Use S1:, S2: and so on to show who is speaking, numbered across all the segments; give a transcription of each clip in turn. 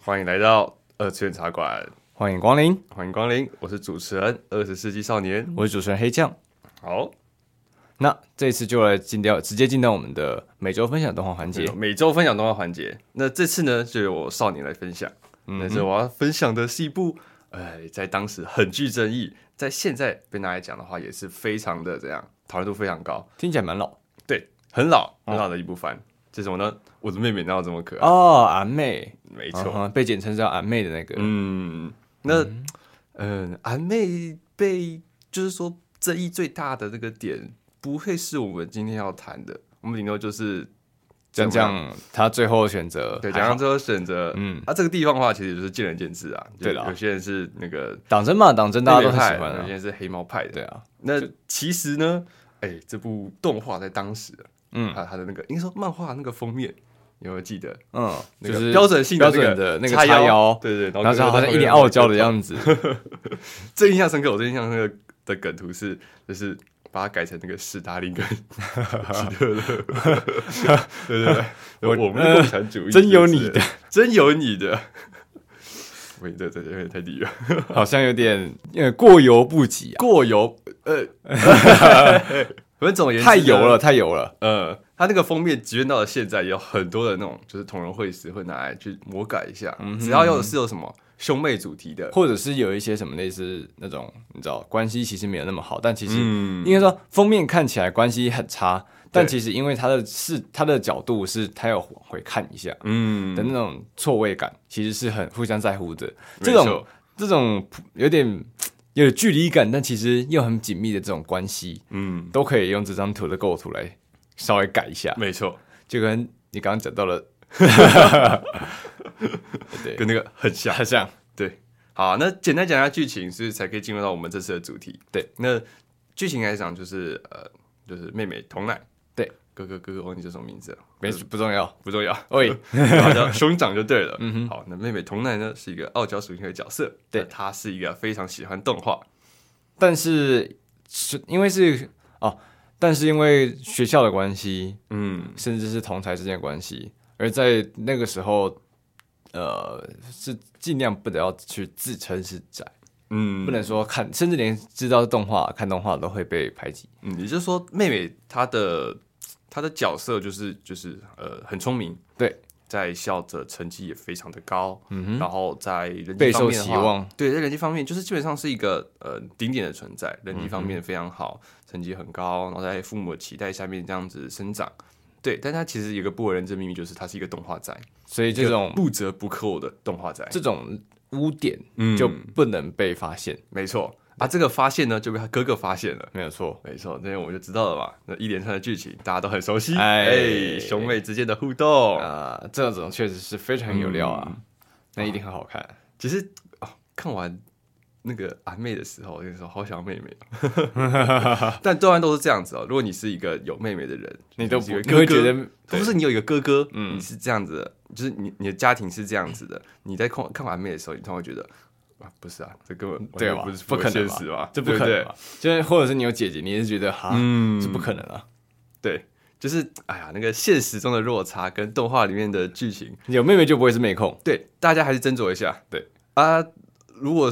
S1: 欢迎来到二次元茶馆，
S2: 欢迎光临，
S1: 欢迎光临，我是主持人二十世纪少年。
S2: 我是主持人黑酱。
S1: 好，
S2: 那这次就来进掉，直接进到我们的每周分享动画环节。
S1: 每周分享动画环节，那这次呢就由我少年来分享。但是我要分享的是一部，哎，在当时很具争议，在现在被拿来讲的话，也是非常的怎样，讨论度非常高。
S2: 听起来蛮老
S1: 对，很老很老的一部番，这种呢，我的妹妹哪有这么可爱？
S2: 哦，俺妹，
S1: 没
S2: 没
S1: 错，
S2: 被简称叫俺妹的那个，
S1: 嗯，那嗯，俺、妹被就是说争议最大的那个点，不会是我们今天要谈的，我们顶多就是
S2: 讲讲她最后选择，
S1: 对，
S2: 还
S1: 讲
S2: 好
S1: 到最后选择，嗯
S2: 嗯，
S1: 啊，这个地方的话，其实就是见仁见智啊，就
S2: 对啦
S1: 有些人是那个
S2: 党争嘛，党争大家都
S1: 黑
S2: 很
S1: 脸派
S2: 喜欢
S1: 有些
S2: 啊，
S1: 人是黑猫派的，
S2: 对啊，
S1: 那其实呢，哎、这部动画在当时，嗯，
S2: 嗯
S1: 它它的那个应该说漫画那个封面，有没有记得？
S2: 嗯，
S1: 那
S2: 就
S1: 个
S2: 是
S1: 标准性的
S2: 标
S1: 那个
S2: 准的那个
S1: 叉
S2: 叉
S1: 腰
S2: 腰，
S1: 对对然
S2: 然
S1: 后
S2: 后就好像一脸傲娇的样子，
S1: 最印象深刻，我最印象深刻的梗图是，就是把它改成那个史达 林跟希特勒，对对对，我我们的共产主义
S2: 呃真有你的，
S1: 真有你的。喂，这这有点太低了，
S2: 好像有点呃过犹不及啊，
S1: 过油，呃， 反正总而言之
S2: 太油了，，太油了，
S1: 呃，它那个封面即便到了现在，也有很多的那种就是同人会师会拿来去魔改一下，
S2: 嗯
S1: 只要有是有什么兄妹主题的，
S2: 或者是有一些什么类似那种，你知道关系其实没有那么好，但其实
S1: 嗯
S2: 应该说封面看起来关系很差，但
S1: 对
S2: 其实因为它的视它的角度是它要往回看一下
S1: 嗯
S2: 的那种错位感，其实是很互相在乎的。
S1: 没
S2: 这种
S1: 错
S2: 这种有点有点距离感，但其实又很紧密的这种关系，
S1: 嗯，
S2: 都可以用这张图的构图来稍微改一下，
S1: 没错，
S2: 就跟你刚刚讲到了，对，
S1: 跟那个很像。
S2: 很像，
S1: 对，好，那简单讲一下剧情，所以才可以进入到我们这次的主题。
S2: 对，
S1: 那剧情来讲就是呃，就是妹妹童奶，
S2: 对，
S1: 哥哥哥哥忘记叫什么名字了，
S2: 没事不重要。
S1: 不重要，
S2: 喂，
S1: 然后叫兄长就对了。嗯哼，好，那妹妹童奶呢是一个傲娇属性的角色，
S2: 对
S1: 那她是一个非常喜欢动画，
S2: 但是是因为是哦，但是因为学校的关系，
S1: 嗯，
S2: 甚至是同台之间的关系。而在那个时候，呃，是尽量不得要去自称是宅，
S1: 嗯
S2: 不能说看，甚至连知道动画、看动画都会被排挤。
S1: 嗯，也就是说，妹妹她的她的角色就是就是呃很聪明，
S2: 对，
S1: 在校的成绩也非常的高，嗯，然后在人际
S2: 备
S1: 方
S2: 受
S1: 面的
S2: 期
S1: 话
S2: 望，
S1: 对，在人际方面就是基本上是一个呃顶点的存在，人
S2: 嗯
S1: 际方面非常好，成绩很高，然后在父母的期待下面这样子生长。对，但她其实有个不为人知的秘密，就是她是一个动画仔，
S2: 所以这种
S1: 不折不扣的动画仔。
S2: 这种污点
S1: 嗯
S2: 就不能被发现，
S1: 没错啊，这个发现呢就被她哥哥发现了。
S2: 没有错。
S1: 没错，这样我们就知道了嘛。那一连串的剧情大家都很熟悉，哎、
S2: 哎
S1: 兄妹之间的互动，
S2: 啊、这种确实是非常有料啊，那一定很好看。
S1: 其实嗯啊、看完那个俺妹的时候，那时候好想要妹妹 哦、但多半都是这样子哦。如果你是一个有妹妹的人，
S2: 你都
S1: 是
S2: 不
S1: 一个
S2: 你
S1: 哥
S2: 会
S1: 哥
S2: 觉得，嗯
S1: 或是你有一个哥哥，你是这样子的，就是你你的家庭是这样子的。你在看看完妹的时候，你突然会觉得啊，不是啊，这根本
S2: 对吧
S1: 完全不是
S2: 不可能
S1: 现
S2: 吧
S1: 实吧？
S2: 这不可
S1: 对对
S2: 能吧？就是或者是你有姐姐，你也是觉得哈，
S1: 嗯
S2: 这不可能啊。
S1: 对，就是哎呀，那个现实中的落差跟动画里面的剧情。
S2: 有妹妹就不会是妹控，
S1: 对，大家还是斟酌一下。
S2: 对
S1: 啊，如果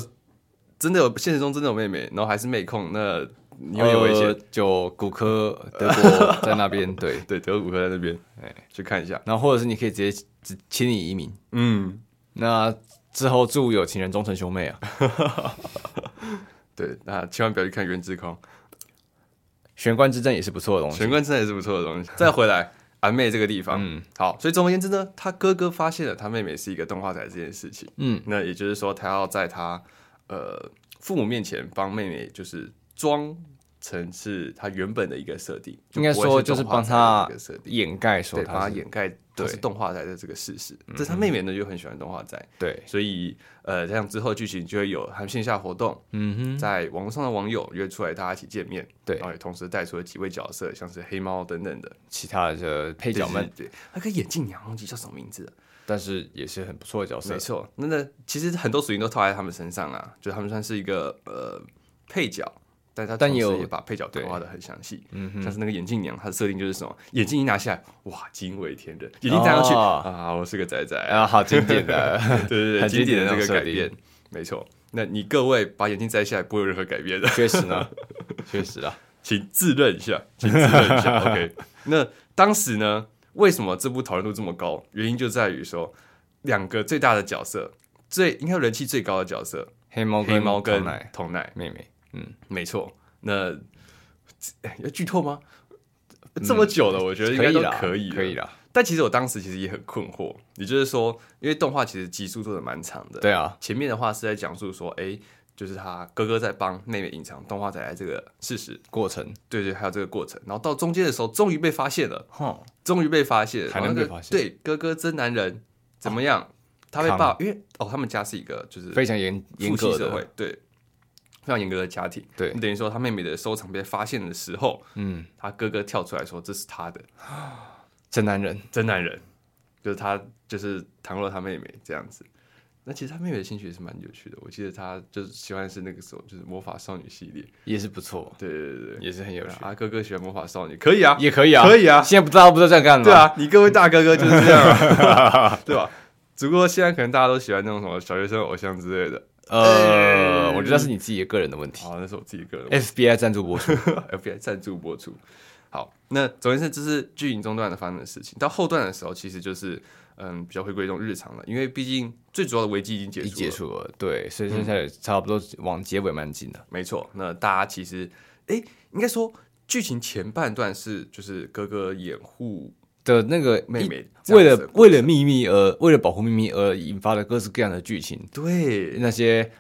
S1: 真的有现实中真的有妹妹，然后还是妹控，那你会有危
S2: 呃
S1: 险。
S2: 就骨科德国在 那边对，
S1: 对，德鲁克在那边，哎
S2: 哎，
S1: 去看一下。
S2: 然后或者是你可以直接只请你移民，
S1: 嗯，
S2: 那之后祝有情人终成兄妹啊。
S1: 对，那千万不要去看《原之空》，
S2: 玄关之战也是不错的东
S1: 玄
S2: 西，
S1: 关真的也是不错的东西。再回来。俺妹这个地方，嗯
S2: 嗯，
S1: 好，所以总而言之呢，他哥哥发现了他妹妹是一个动画仔这件事情，
S2: 嗯，
S1: 那也就是说，他要在他呃父母面前帮妹妹，就是装成是他原本的一个设定，
S2: 应该
S1: 不会
S2: 说就是
S1: 动画
S2: 帮
S1: 仔的
S2: 他
S1: 一个设定。
S2: 掩盖说
S1: 对，帮
S2: 他
S1: 他
S2: 是
S1: 掩盖他
S2: 对嗯
S1: 是动画仔的这个事实。这他妹妹呢就很喜欢动画仔，
S2: 对，
S1: 所以呃，这样之后剧情就会有他们线下活动，
S2: 嗯
S1: 在网络上的网友约出来大家一起见面，
S2: 对
S1: 然后也同时带出了几位角色，像是黑猫等等的
S2: 哼，其他的配角们，，
S1: 对，那个眼镜娘忘记叫什么名字了，
S2: 但是也是很不错的角色
S1: 没，错。那那其实很多属性都套在他们身上啊，就他们算是一个呃配角，但他
S2: 但
S1: 同时
S2: 也有
S1: 也把配角刻
S2: 对
S1: 画的很详细。
S2: 嗯哼
S1: 像是那个眼镜娘，她的设定就是什么？眼镜一拿下来，哇，惊为天人！眼镜戴上去、
S2: 哦
S1: 啊，我是个仔仔
S2: 啊，好经 典的，
S1: 对对对，
S2: 很
S1: 经
S2: 经
S1: 典
S2: 典
S1: 的
S2: 的
S1: 这
S2: 那种
S1: 个
S2: 设
S1: 改
S2: 定
S1: 变，没错。那你各位把眼镜摘下来，不会有任何改变的，
S2: 确实呢， 确实啊，
S1: 请自认一下， 请自认一 下。OK，那当时呢，为什么这部讨论度这么高？原因就在于说，两个最大的角色，最应该人气最高的角色，
S2: 黑猫
S1: 黑猫跟
S2: 跟唐奶
S1: 童奶，
S2: 妹妹，嗯，
S1: 没错。那哎要剧透吗？这么久了，我觉得应该都
S2: 嗯可
S1: 可以，
S2: 可以。啦，
S1: 但其实我当时其实也很困惑，也就是说，因为动画其实集数做的蛮长的，
S2: 对啊，
S1: 前面的话是在讲述说，哎、就是他哥哥在帮妹妹隐藏动画仔仔这个事实，
S2: 过程，
S1: 对对，还有这个过程。然后到中间的时候，终于被发现了，
S2: 哼，
S1: 终于被发现了，
S2: 还
S1: 然后
S2: 能
S1: 那
S2: 被
S1: 个
S2: 发现
S1: 对，哥哥真男人，怎么样？他被爸，因为哦，他们家是一个就是
S2: 非常严严
S1: 父系
S2: 格
S1: 社会
S2: 的，，
S1: 对，非常严格的家庭。
S2: 对
S1: 等于说他妹妹的收藏被发现的时候，
S2: 嗯，
S1: 他哥哥跳出来说这是他的
S2: 真男人，
S1: 真男人，就是他就是袒露了他妹妹这样子。那其实他妹妹的兴趣也是蛮有趣的，我记得他就是喜欢的是那个时候就是魔法少女系列，
S2: 也是不错，
S1: 对对对对
S2: 也是很有
S1: 对，
S2: 趣，
S1: 啊哥哥喜欢魔法少女，可以啊，
S2: 也可以啊，
S1: 可以啊
S2: 现在不知道不知道在干嘛，
S1: 对，啊，你各位大哥哥就是这样、 啊，对吧？只不过现在可能大家都喜欢那种什么小学生偶像之类的，嗯哦
S2: 呃，我觉得是你自己的个人的问题
S1: 好，那是我自己个人
S2: ，FBI 赞助 播出，
S1: FBI 赞助播出。好，那总而言之，这是剧情中段的发生的事情。到后段的时候，其实就是嗯，比较回归这种日常了，因为毕竟最主要的危机已经结
S2: 一
S1: 束
S2: 结
S1: 了。
S2: 束了，对，所以现
S1: 嗯
S2: 在差不多往结尾蛮近的，
S1: 没错，那大家其实诶，应该说剧情前半段是就是哥哥掩护
S2: 的那个
S1: 妹妹这
S2: 为
S1: 样子的
S2: 了
S1: 故事，
S2: 为了秘密而为了保护秘密而引发的各式各样的剧情，
S1: 对，
S2: 那些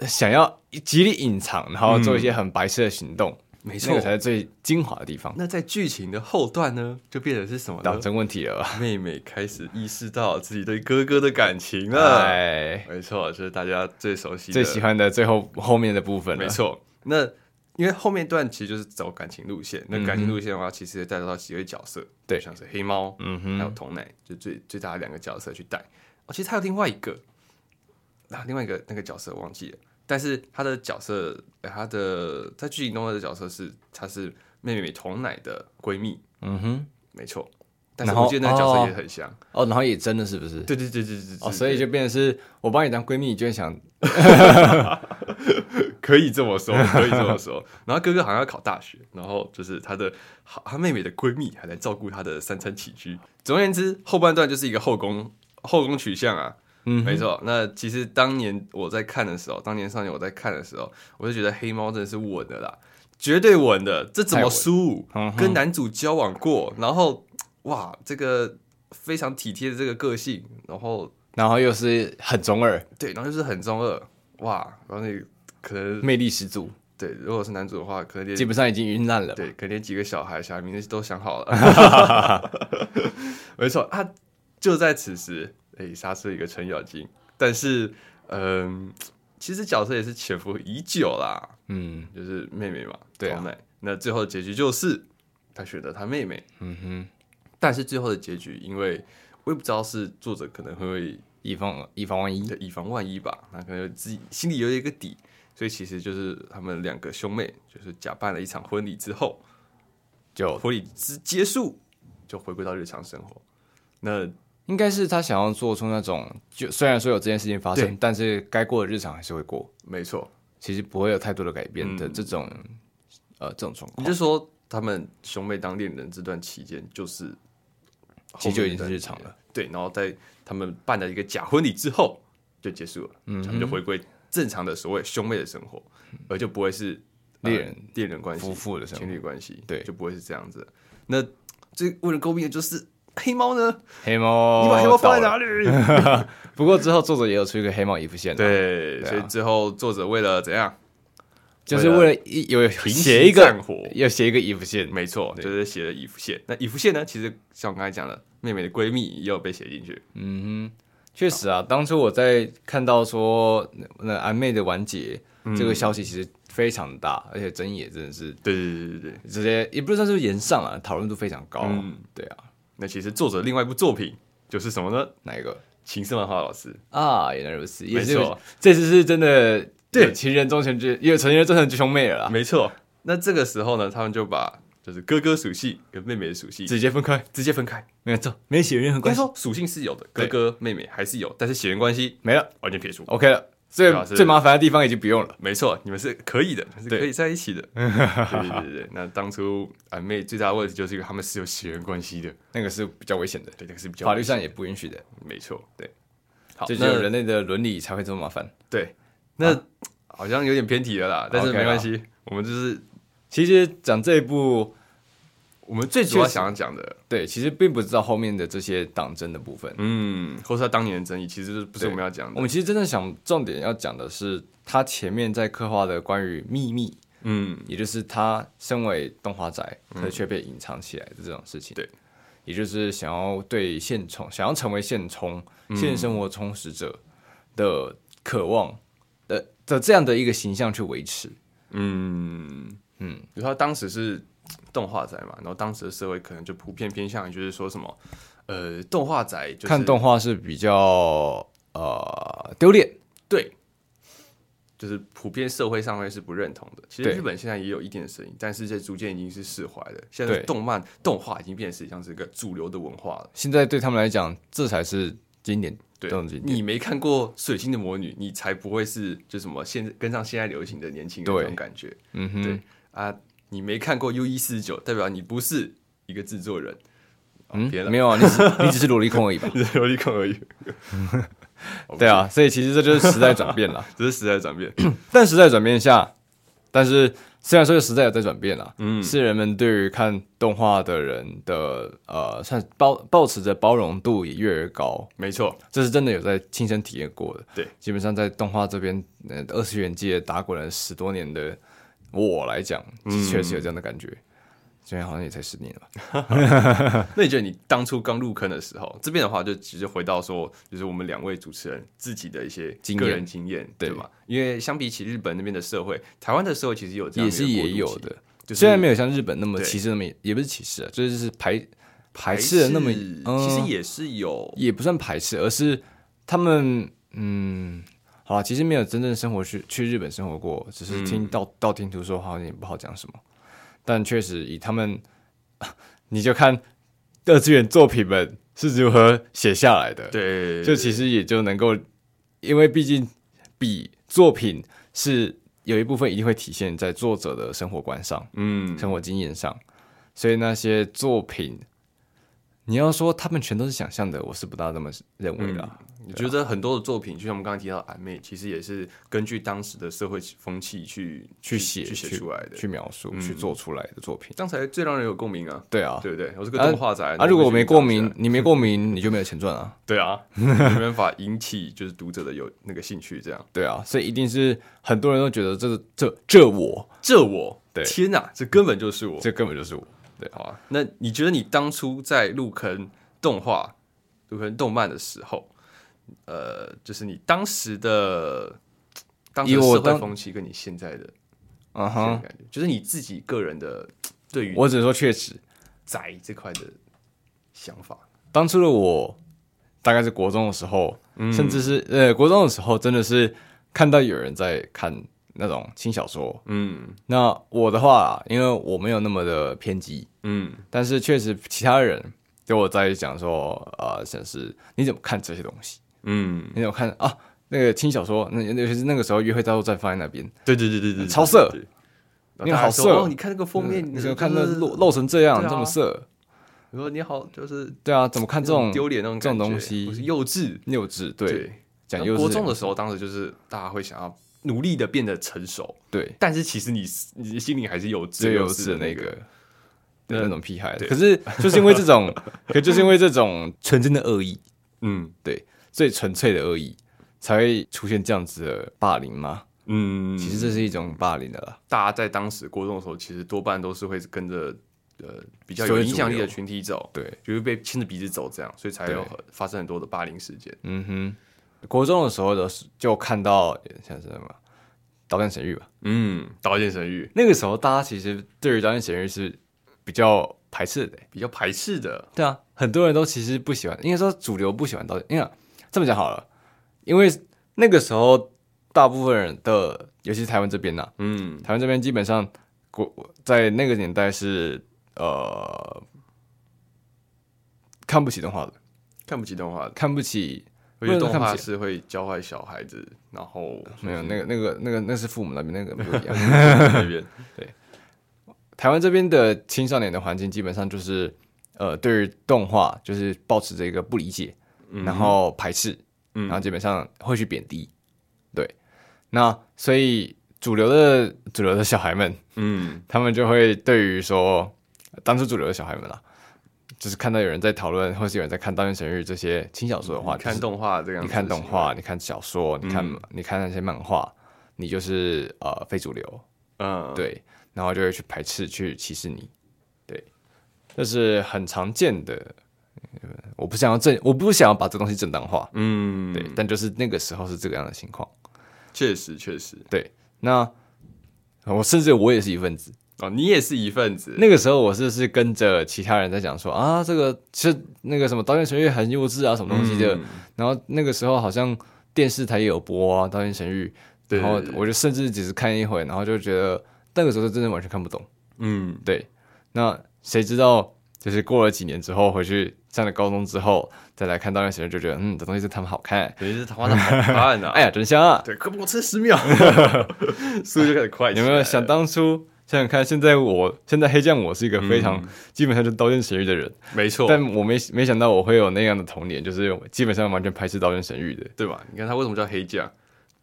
S2: 想要极力隐藏，然后做一些很白痴的行动，
S1: 嗯没
S2: 那
S1: 错嗯
S2: 个。才是最精华的地方。
S1: 那在剧情的后段呢，就变成是什么
S2: 党
S1: 呢？
S2: 争问题了，
S1: 妹妹开始意识到自己对哥哥的感情了。
S2: 哎，
S1: 没错，就是大家最熟悉的、
S2: 最喜欢的最后后面的部分了，
S1: 没，错，那因为后面段其实就是走感情路线，那感情路线的话，其实也带到几位角色，
S2: 嗯对
S1: 像是黑猫，
S2: 嗯
S1: 还
S2: 哼，
S1: 有童奶，就最最大的两个角色去带。哦，其实还有另外一个，啊，另外一个那个角色我忘记了，但是他的角色，呃他的在剧情中的角色是，她是妹妹童奶的闺蜜，
S2: 嗯哼，
S1: 没错。但是
S2: 然后
S1: 我记得那个角色
S2: 哦
S1: 也很像，
S2: 哦，然后也真的是不是？
S1: 对对对对对
S2: 哦，所以就变成是我把你当闺蜜，你就会想，
S1: 可以这么说，可以这么说。然后哥哥好像要考大学，然后就是他的好他妹妹的闺蜜还来照顾他的三餐起居。总而言之，后半段就是一个后宫后宫取向啊，
S2: 嗯
S1: 没错。那其实当年我在看的时候，当年少年我在看的时候，我就觉得黑猫真的是稳的啦，绝对稳的，这怎么输
S2: 太稳嗯？哼
S1: 跟男主交往过，然后哇，这个非常体贴的这个个性，然后
S2: 然后又是很中二，
S1: 对，然后就是很中二，哇，然后那个可能
S2: 魅力十足，
S1: 对，如果是男主的话，可能连
S2: 基本上已经晕烂了。
S1: 对，可能连几个小孩、小孩名字都想好了。没错啊，就在此时，哎、杀出一个程咬金。但是，嗯、其实角色也是潜伏已久啦，
S2: 嗯
S1: 就是妹妹嘛，
S2: 对啊
S1: 童奶。那最后的结局就是他选择他妹妹，
S2: 嗯哼，
S1: 但是最后的结局，因为我也不知道是作者可能会
S2: 以防以防万一，
S1: 对以防万一吧，那可能自己心里有一个底，所以其实就是他们两个兄妹就是假扮了一场婚礼之后，
S2: 就
S1: 婚礼之结束，就回归到日常生活。那
S2: 应该是他想要做出那种，就虽然说有这件事情发
S1: 对
S2: 生，但是该过的日常还是会过，
S1: 没错，
S2: 其实不会有太多的改变的
S1: 嗯
S2: 这种，呃，这种状
S1: 你
S2: 况，
S1: 就说他们兄妹当恋人这段期间，就是
S2: 其实就已经是日常了。
S1: 对，然后在他们办了一个假婚礼之后就结束了，
S2: 嗯
S1: 他们就回归正常的所谓兄妹的生活，而就不会是呃
S2: 恋人
S1: 恋人关系、
S2: 夫妇的生
S1: 情
S2: 活。
S1: 侣关系，
S2: 对
S1: 就不会是这样子。那最为人诟病的就是黑猫呢，
S2: 黑猫，
S1: 你把黑猫放在
S2: 哦
S1: 哪
S2: 倒了
S1: 里？
S2: 不过之后作者也有出一个黑猫一副线啊，
S1: 对，
S2: 对啊
S1: 所以最后作者为了怎样？
S2: 就是为了一有写
S1: 息
S2: 一个
S1: 啊战火
S2: 要写一个一副线，
S1: 没错，就是写了以父线。那以父线呢，其实像我刚才讲的，妹妹的闺蜜也有被写进去。
S2: 嗯哼，确实啊，当初我在看到说那那安妹的完结、这个消息，其实非常大，而且争议也真的是
S1: 对对对对对。
S2: 直接也不算是延上啊，讨论度非常高。
S1: 嗯
S2: 对啊，
S1: 那其实作者另外一部作品就是什么呢？
S2: 哪一个啊
S1: 秦圣万华老师，
S2: 啊？原来如此，也是
S1: 没错
S2: 这次是真的对，情人终成之，有成人终成之兄妹了啦，
S1: 没错。那这个时候呢，他们就把就是哥哥属性跟妹妹的属性
S2: 直接分开，
S1: 直接分开。
S2: 没有错，没有血缘任何
S1: 应该
S2: 关系，
S1: 说属性是有的，哥哥妹妹还是有，但是血缘关系
S2: 没了
S1: 完全撇除。
S2: ，OK 了。最
S1: 对啊是
S2: 最麻烦的地方已经不用了，
S1: 没错，你们是可以的，是
S2: 对
S1: 可以在一 起的。对对对对对，那当初俺妹最大的问题就是因为他们是有血缘关系的，
S2: 那个是比较危险的，
S1: 对，那个是比较
S2: 法律上也不允许的。
S1: 没错，对。好，
S2: 这只
S1: 那
S2: 有人类的伦理才会这么麻烦。
S1: 对，那、好像有点偏题了啦，但是
S2: OK
S1: 没关系，我们就是
S2: 其实讲这一部，
S1: 我们最主要想要讲的，
S2: 对，其实并不知道后面的这些党争的部分。
S1: 嗯，或是他当年的争议，其实不是我们要讲
S2: 我
S1: 的，
S2: 们其实真正想重点要讲的是，他前面在刻画的关于秘密，
S1: 嗯，
S2: 也就是他身为动画宅，可是却被隐藏起来的这种事情。
S1: 对，
S2: 也就是想要对现充，想要成为现充、
S1: 嗯
S2: 现实生活充实者的渴望的的这样的一个形象去维持。
S1: 嗯嗯
S2: 嗯，
S1: 比如说他当时是动画仔嘛，然后当时的社会可能就普遍偏向于就是说什么，呃，动画仔就是
S2: 看动画是比较呃丢脸，
S1: 对，就是普遍社会上面是不认同的。其实
S2: 对
S1: 日本现在也有一点声音，但是这逐渐已经是释怀了。现在
S2: 对
S1: 动漫动画已经变成像是一个主流的文化了。
S2: 现在对他们来讲，这才是经典。
S1: 对
S2: 这种经，典
S1: 你没看过《水星的魔女》，你才不会是就什么现在跟上现在流行的年轻人
S2: 对
S1: 这种感觉。
S2: 嗯哼，
S1: 对啊，你没看过 U 一四九，代表你不是一个制作人。
S2: 嗯
S1: 别了，
S2: 没有啊，你只你只是萝莉控而已吧？
S1: 你是 有一口而已，
S2: 对 啊，所以其实这就是时代转变 了。
S1: 这是时代转变。
S2: 但时代转变下，但是虽然说时代有在转变了，
S1: 嗯
S2: 是人们对于看动画的人的呃，算是包保持着包容度也越来越高，
S1: 没错，
S2: 这是真的有在亲身体验过的。
S1: 对，
S2: 基本上在动画这边，呃，二次元界打滚了十多年的我来讲，确实有这样的感觉。虽然好像也才十年吧，
S1: 那你觉得你当初刚入坑的时候，这边的话就直接回到说，就是我们两位主持人自己的一些
S2: 经验
S1: 个人经验，对
S2: 对
S1: 吗？因为相比起日本那边的社会，台湾的社会其实有这样
S2: 也
S1: 的一个
S2: 是也
S1: 过渡
S2: 有
S1: 期，
S2: 的。
S1: 就是
S2: 虽然没有像日本那么
S1: 对
S2: 歧视那么，也不是歧视啊，这就是排
S1: 还
S2: 排斥的那么，
S1: 是
S2: 嗯
S1: 其实也是有，
S2: 也不算排斥，而是他们嗯，好啦，其实没有真正生活去去日本生活过，只是
S1: 嗯
S2: 听道、道听途说，好像也不好讲什么。但确实以他们， 你就看二次元作品们是如何写下来的，
S1: 对，
S2: 就其实也就能够，因为毕竟比作品是有一部分一定会体现在作者的生活观上。
S1: 嗯，
S2: 生活经验上，所以那些作品，你要说他们全都是想象的，我是不大这么认为的啊、
S1: 我觉得很多的作品，就像我们刚刚提到的《俺妹》，其实也是根据当时的社会风气去
S2: 去写、
S1: 去写出来的。
S2: 去描述、去做出来的作品。
S1: 刚才最让人有共鸣啊，
S2: 对啊，
S1: 对不对？我是个动画宅
S2: 啊，如果我没共，
S1: 那
S2: 鸣
S1: 会，
S2: 你没共鸣，你就没有钱赚啊。
S1: 去对 啊，没办法引起就是读者的有那个兴趣，这样。
S2: 对啊，所以一定是很多人都觉得这这 这我，
S1: 这我，
S2: 对
S1: 天哪，这根本就是我。
S2: 这根本就是我。
S1: 好啊，那你觉得你当初在入坑动画、入坑动漫的时候，呃，就是你当时的当时的
S2: 以我
S1: 社会
S2: 当
S1: 风气跟你现在的现
S2: 嗯
S1: 在
S2: 哼，
S1: 感觉，就是你自己个人的呃对于
S2: 我只能说确实，
S1: 宅这块的想法，
S2: 当初的我大概是国中的时候，
S1: 嗯
S2: 甚至是呃国中的时候，真的是看到有人在看那种轻小说，
S1: 嗯
S2: 那我的话，因为我没有那么的偏激，
S1: 嗯，
S2: 但是确实其他人给我在讲说，呃，像是你怎么看这些东西？
S1: 嗯，
S2: 你怎么看啊？那个轻小说，那尤其是那个时候约会大作战放在那边，
S1: 对对对对对，
S2: 超色
S1: 对，对 然
S2: 你
S1: 后大家
S2: 好
S1: 说
S2: 色
S1: 哦！你看那个封面，
S2: 你怎么看那
S1: 就是
S2: 露露成这样、
S1: 对啊
S2: 这么色？
S1: 我说你好，就是
S2: 对啊，怎么看这种
S1: 丢脸那种
S2: 这种
S1: 感觉
S2: 东西
S1: 我是幼稚，
S2: 幼稚？对，啊讲幼稚，
S1: 呃国中的时候，当时就是大家会想要努力的变得成熟，
S2: 对，
S1: 但是其实你你的心里还是有
S2: 最
S1: 最
S2: 幼
S1: 稚
S2: 稚
S1: 的
S2: 的
S1: 那
S2: 那
S1: 个。
S2: 个。那种屁孩，可是就是因为这 种，可就是因为这种纯真的恶意，
S1: 嗯
S2: 最纯粹的恶意，才会出现这样子的霸凌吗？
S1: 嗯，
S2: 其实这是一种霸凌的啦。
S1: 大家在当时国中的时候，其实多半都是会跟着呃比较
S2: 社
S1: 有
S2: 会
S1: 影响力
S2: 主
S1: 的
S2: 流
S1: 群体走，
S2: 对，
S1: 就是被牵着鼻子走这样，所以才有
S2: 对
S1: 很发生很多的霸凌事件。
S2: 嗯哼，国中的时候的时就看到像是什么导弹神域吧，
S1: 嗯，刀剑神域
S2: 那个时候大家其实对于导弹神域是比较排斥的欸、
S1: 比较排斥的，
S2: 对啊，很多人都其实不喜欢，应该说主流不喜欢导弹。因为这么讲好了，因为那个时候大部分人的，尤其是台湾这边呐、
S1: 嗯
S2: 台湾这边基本上国在那个年代是呃看不起动画的，
S1: 看不起动画的，
S2: 看不起
S1: 我觉得
S2: 不
S1: 动
S2: 能说看不
S1: 画
S2: 起
S1: 是会教坏小孩子，然后
S2: 没有那个那个那个那是父母那边那个不一样。
S1: 那边，
S2: 台湾这边的青少年的环境基本上就是呃对于动画就是保持着一个不理解，然后排斥，
S1: 嗯
S2: 然后基本上会去贬低，对，那所以主流的主流的小孩们。
S1: 嗯
S2: 他们就会对于说，当初主流的小孩们啦，就是看到有人在讨论，或是有人在看《刀剑神域》这些轻小说的
S1: 嗯
S2: 话，
S1: 你看动画这样，
S2: 你看动，画，你看小说，你看、
S1: 嗯
S2: 你看那些漫画，你就是呃非主流，
S1: 嗯，
S2: 对，然后就会去排斥、去歧视你，对，这是很常见的。呃我不想要正，我不想要把这东西正当化，
S1: 嗯，
S2: 对，但就是那个时候是这个样的情况。
S1: 确实确实，
S2: 那我甚至我也是一份子，
S1: 哦，你也是一份子，
S2: 那个时候我是是跟着其他人在讲说啊，这个其实那个什么导演神域很幼稚啊，什么东西的。
S1: 嗯
S2: 然后那个时候好像电视台也有播啊，导演神域。
S1: 对
S2: 然后
S1: 对对
S2: 我就甚至只是看一回，然后就觉得那个时候真的完全看不懂。
S1: 嗯，
S2: 对，那谁知道就是过了几年之后回去上了高中之后再来看导演神域，就觉得嗯，这东西真他们好看，
S1: 等于是画的好看 啊，
S2: 哎呀真香啊！
S1: 对，可不我吃十 秒，速度就开始快起
S2: 有
S1: 来了，
S2: 没有想当初想想看，现在我现在黑酱我是一个非常、基本上就是刀剑神域的人。
S1: 没错，，
S2: 但我没没想到我会有那样的童年，就是基本上完全排斥刀剑神域的
S1: 对吧？你看他为什么叫黑酱？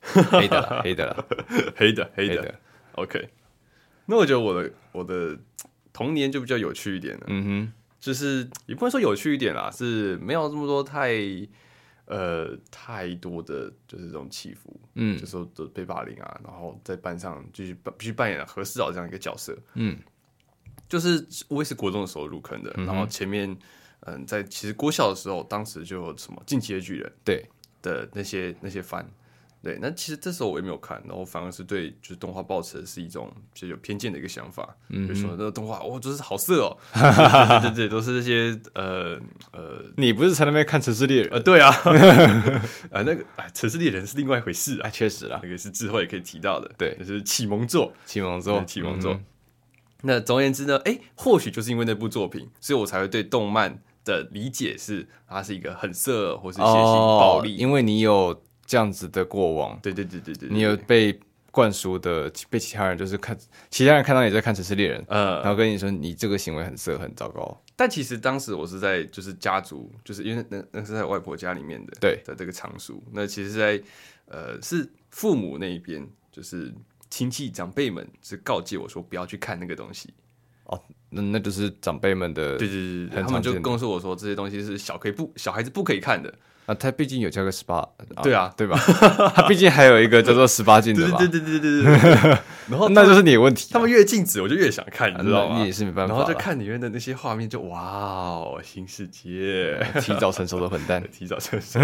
S2: 黑的啦，黑的啦，
S1: 黑的，黑
S2: 黑
S1: 的。
S2: 的，
S1: OK，那我觉得我的我的童年就比较有趣一点了，
S2: 嗯
S1: 就是也不能说有趣一点啦，是没有这么多太呃太多的就是这种起伏，
S2: 哼，嗯
S1: 就说都被霸凌啊，然后在班上继续扮必须扮演何世藻这样一个角色，
S2: 嗯，
S1: 就是我也是国中的时候入坑的，然后前面嗯在其实国小的时候，当时就有什么进击的巨人。
S2: 对，
S1: 的那些那些番。对，那其实这时候我也没有看，然后反而是对就是动画抱持的是一种就有偏见的一个想法，嗯、就说那个动画哦，就是好色哦， 对对对对，都是那些呃呃
S2: 你不是才那边看《城市猎人》
S1: 呃，对啊， 啊那个啊，城市猎人是另外一回事啊
S2: 啊？，确实啦，
S1: 那个是之后也可以提到的，
S2: 对
S1: 就是启蒙作，
S2: 启蒙之后，
S1: 启蒙作。
S2: 嗯
S1: 那总而言之呢，哎、或许就是因为那部作品，所以我才会对动漫的理解是它是一个很色或是
S2: 哼
S1: 血腥暴力，
S2: 哦因为你有这样子的过往，
S1: 对对对对对，对
S2: 你有被灌输的，被其他人就是看，其他人看到你在看《城市猎人》，
S1: 呃
S2: 然后跟你说你这个行为很色，很糟糕，
S1: 但其实当时我是在就是家族，就是因为那那是在外婆家里面的，
S2: 对
S1: 的这个藏书。那其实是在呃是父母那一边，就是亲戚长辈们是告诫我说不要去看那个东西。
S2: 那那就是长辈们的
S1: 对，对对对，
S2: 很
S1: 他们
S2: 常见
S1: 就
S2: 的
S1: 告诉我说这些东西是小可以不小孩子不可以看的。
S2: 啊，他毕竟有叫个十八，
S1: 对啊
S2: 对吧？他毕竟还有一 个叫做十八禁的
S1: 对
S2: 嘛
S1: 对，对对对对对。 然后
S2: 那
S1: 他
S2: 就是你的问题啊。
S1: 他们越禁止，我就越想看，啊你知道
S2: 那
S1: 吗
S2: 你也？是没办法
S1: 然
S2: 啦。
S1: 后就看里面的那些画面就，哇哦，新世界，，
S2: 提早成熟的混蛋
S1: 提早成熟，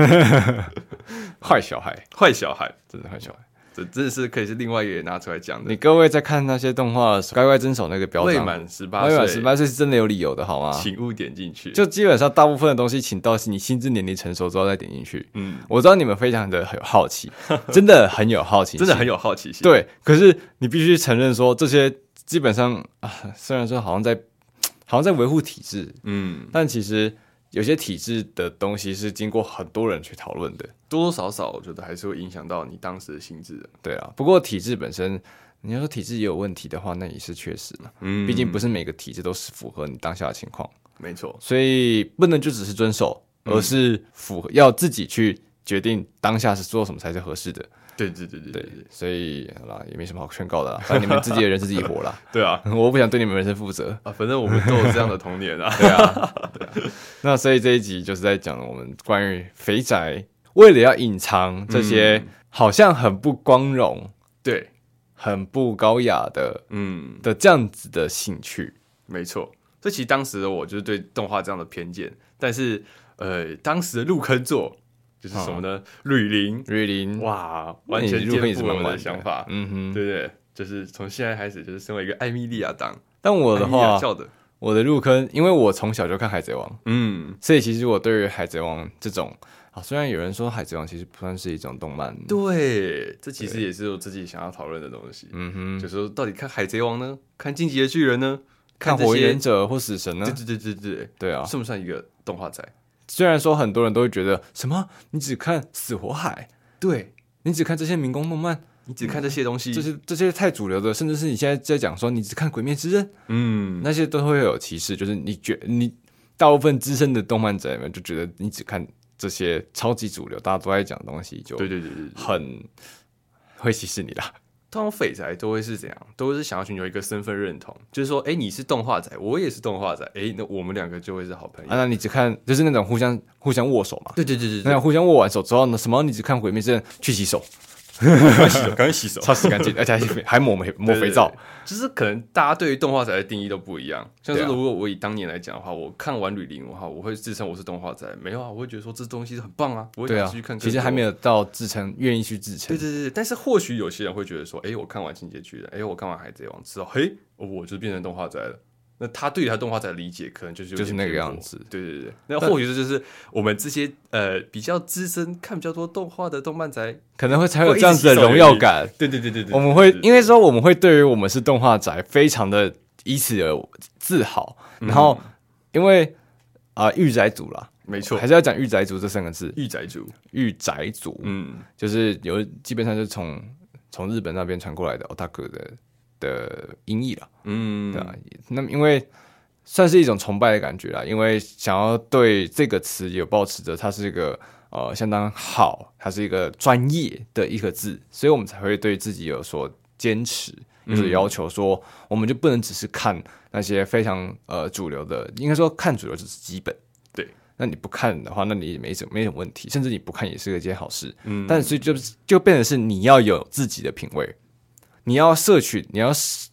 S2: 坏小孩，
S1: 坏小孩，
S2: 真的坏 小孩。
S1: 这真的是可以是另外一个也拿出来讲的。
S2: 你各位在看那些动画的时候，乖乖遵守那个标
S1: 未
S2: 章，
S1: 满十八
S2: 未
S1: 岁，
S2: 满十八岁是真的有理由的，好吗？
S1: 请勿点进去。
S2: 就基本上大部分的东西，请到你心智年龄成熟之后再点进去。
S1: 嗯，
S2: 我知道你们非常的有 好奇，真的很有好奇，
S1: 真的很有好奇心。，
S2: 对。可是你必须承认说，这些基本上啊，虽然说好像在好像在维护体制，
S1: 嗯，
S2: 但其实有些体制的东西是经过很多人去讨论的。
S1: 多多少少我觉得还是会影响到你当时的心智的。
S2: 对啊，不过体制本身，你要说体制也有问题的话，那也是确实的。
S1: 嗯
S2: 毕竟不是每个体制都是符合你当下的情况，
S1: 没错，
S2: 所以不能就只是遵守，而是符合要自己去决定当下是做什么才是合适的。
S1: 对对对对对对
S2: 所以好啦，也没什么好劝告的啦，反正你们自己的人是自己活啦，
S1: 对啊！
S2: 我不想对你们人生负责。
S1: 啊，反正我们都有这样的童年 啊。
S2: 对啊，对啊。那所以这一集就是在讲我们关于肥宅为了要隐藏这些
S1: 嗯
S2: 好像很不光荣、
S1: 对，
S2: 很不高雅的
S1: 嗯，
S2: 的这样子的兴趣。
S1: 没错。这其实当时的我就是对动画这样的偏见，但是呃，当时的入坑作就是什么呢？吕林，
S2: 瑞林，
S1: 哇，
S2: 那
S1: 完
S2: 你
S1: 全
S2: 入坑也
S1: 颠
S2: 是
S1: 覆了
S2: 蛮
S1: 我
S2: 晚
S1: 的
S2: 的
S1: 想法。
S2: 嗯哼。
S1: 对对，就是从现在开始，就是身为一个艾米莉亚党，
S2: 但我
S1: 艾
S2: 的
S1: 米莉亚
S2: 话，
S1: 教的，
S2: 我的入坑，因为我从小就看《海贼王》，
S1: 嗯
S2: 所以其实我对于《海贼王》这种啊，虽然有人说《海贼王》其实不算是一种动漫，
S1: 对，这其实也是我自己想要讨论的东西，
S2: 嗯哼，
S1: 就是说到底看《海贼王》呢，看《进击的巨人》呢，
S2: 看《
S1: 这
S2: 火影
S1: 些
S2: 忍，者》或《死神》呢
S1: 对，对对对对，
S2: 对啊，
S1: 算不算一个动画仔？
S2: 虽然说很多人都会觉得什么，你只看《死火海》，
S1: 对嗯
S2: 你只看这些民工动漫，
S1: 你只看这些东西，
S2: 这些这些太主流的，甚至是你现在在讲说你只看《鬼灭之刃》，
S1: 嗯，
S2: 那些都会有歧视，就是你觉你大部分资深的动漫宅们就觉得你只看这些超级主流，大家都在讲的东西，就
S1: 对对对对，对
S2: 很会歧视你啦。
S1: 通常废宅都会是怎样？都是想要寻求一个身份认同，就是说，哎，你是动画仔，我也是动画仔，哎，那我们两个就会是好朋友。
S2: 啊，那你只看就是那种互相互相握手嘛，
S1: 对对对
S2: 那，种互相握完手之后呢，什么你只看《鬼灭之刃》去洗手，
S1: 赶快洗手，赶快洗手。
S2: 超级干净，而且还还抹肥抹
S1: 对
S2: 肥皂，，
S1: 对对就是可能大家对于动画仔的定义都不一样。像是
S2: 对啊
S1: 如果我以当年来讲的话，我看完《吕林》的话，我会自称我是动画仔，没有啊，我会觉得说这东西很棒啊，我会
S2: 对
S1: 想
S2: 啊
S1: 继续看。，
S2: 其实还没
S1: 有。
S2: 有到自称愿意去自称
S1: 对，对对，对但是或许有些人会觉得说，哎，我看完《进击的巨人》，哎，我看完《海贼王》之后，嘿，我就变成动画仔了。那他对于他动画仔的理解，可能就是有
S2: 就是
S1: 点
S2: 那个
S1: 偏颇
S2: 样子
S1: 对对对，那或许这就是我们这些呃比较资深、看比较多动画的动漫宅，
S2: 可能会才有这样子的荣耀感。
S1: 对对对对对，
S2: 我们会
S1: 对对
S2: 因为说我们会对于我们是动画宅非常的以此而自豪，
S1: 嗯
S2: 然后因为啊御宅族啦，
S1: 没错
S2: 还，是要讲御宅族这三个字，
S1: 御宅族，
S2: 御宅族
S1: 嗯，
S2: 就是有基本上就是从从日本那边传过来的 otaku 的的音译啦，
S1: 嗯，
S2: 对啊，那么因为算是一种崇拜的感觉啦，因为想要对这个词有保持着它是一个呃相当好，它是一个专业的一个字，所以我们才会对自己有所坚持，
S1: 嗯
S2: 有所要求说，我们就不能只是看那些非常呃主流的，应该说看主流只是基本。
S1: 对，
S2: 那你不看的话，那你也没什没什么问题，甚至你不看也是一件好事。
S1: 嗯
S2: 但是就是就变成是你要有自己的品味，你要摄取，你要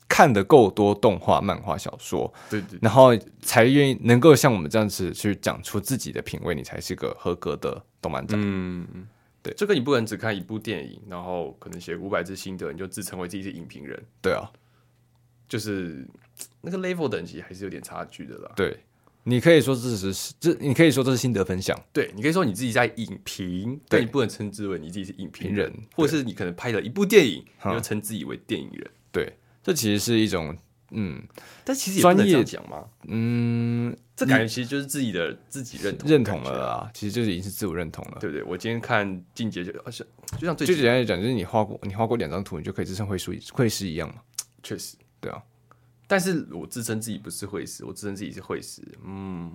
S2: 看的够多动画、漫画、小说，
S1: 对对，
S2: 然后才愿意能够像我们这样子去讲出自己的品味，你才是个合格的动漫宅。
S1: 嗯，对，就跟你不能只看一部电影，然后可能写五百字心得，你就自称为自己是影评人，
S2: 对啊，
S1: 就是那个 level 等级还是有点差距的啦。
S2: 对，啊你可以说这只是这，你可以说这是心得分享。
S1: 对，你可以说你自己在影评，
S2: 对
S1: 但你不能称之为你自己是影评人
S2: 评人，
S1: 或者是你可能拍了一部电影，
S2: 哈
S1: 你就称自己为电影人，
S2: 对，这其实是一种嗯
S1: 但其实也不能
S2: 专
S1: 这
S2: 业
S1: 样讲嘛。
S2: 嗯
S1: 这感觉其实就是自己的自己认同
S2: 认同
S1: 的感觉
S2: 了
S1: 啊，
S2: 啦，其实就是已经是自我认同了。
S1: 对不对？我今天看进阶就而且就像最
S2: 最
S1: 近
S2: 简单来讲，就是你画过你画过两张图，你就可以自称会书会师一样嘛。
S1: 确实
S2: 对啊，
S1: 但是我自称自己不是会师，我自称自己是会师，嗯，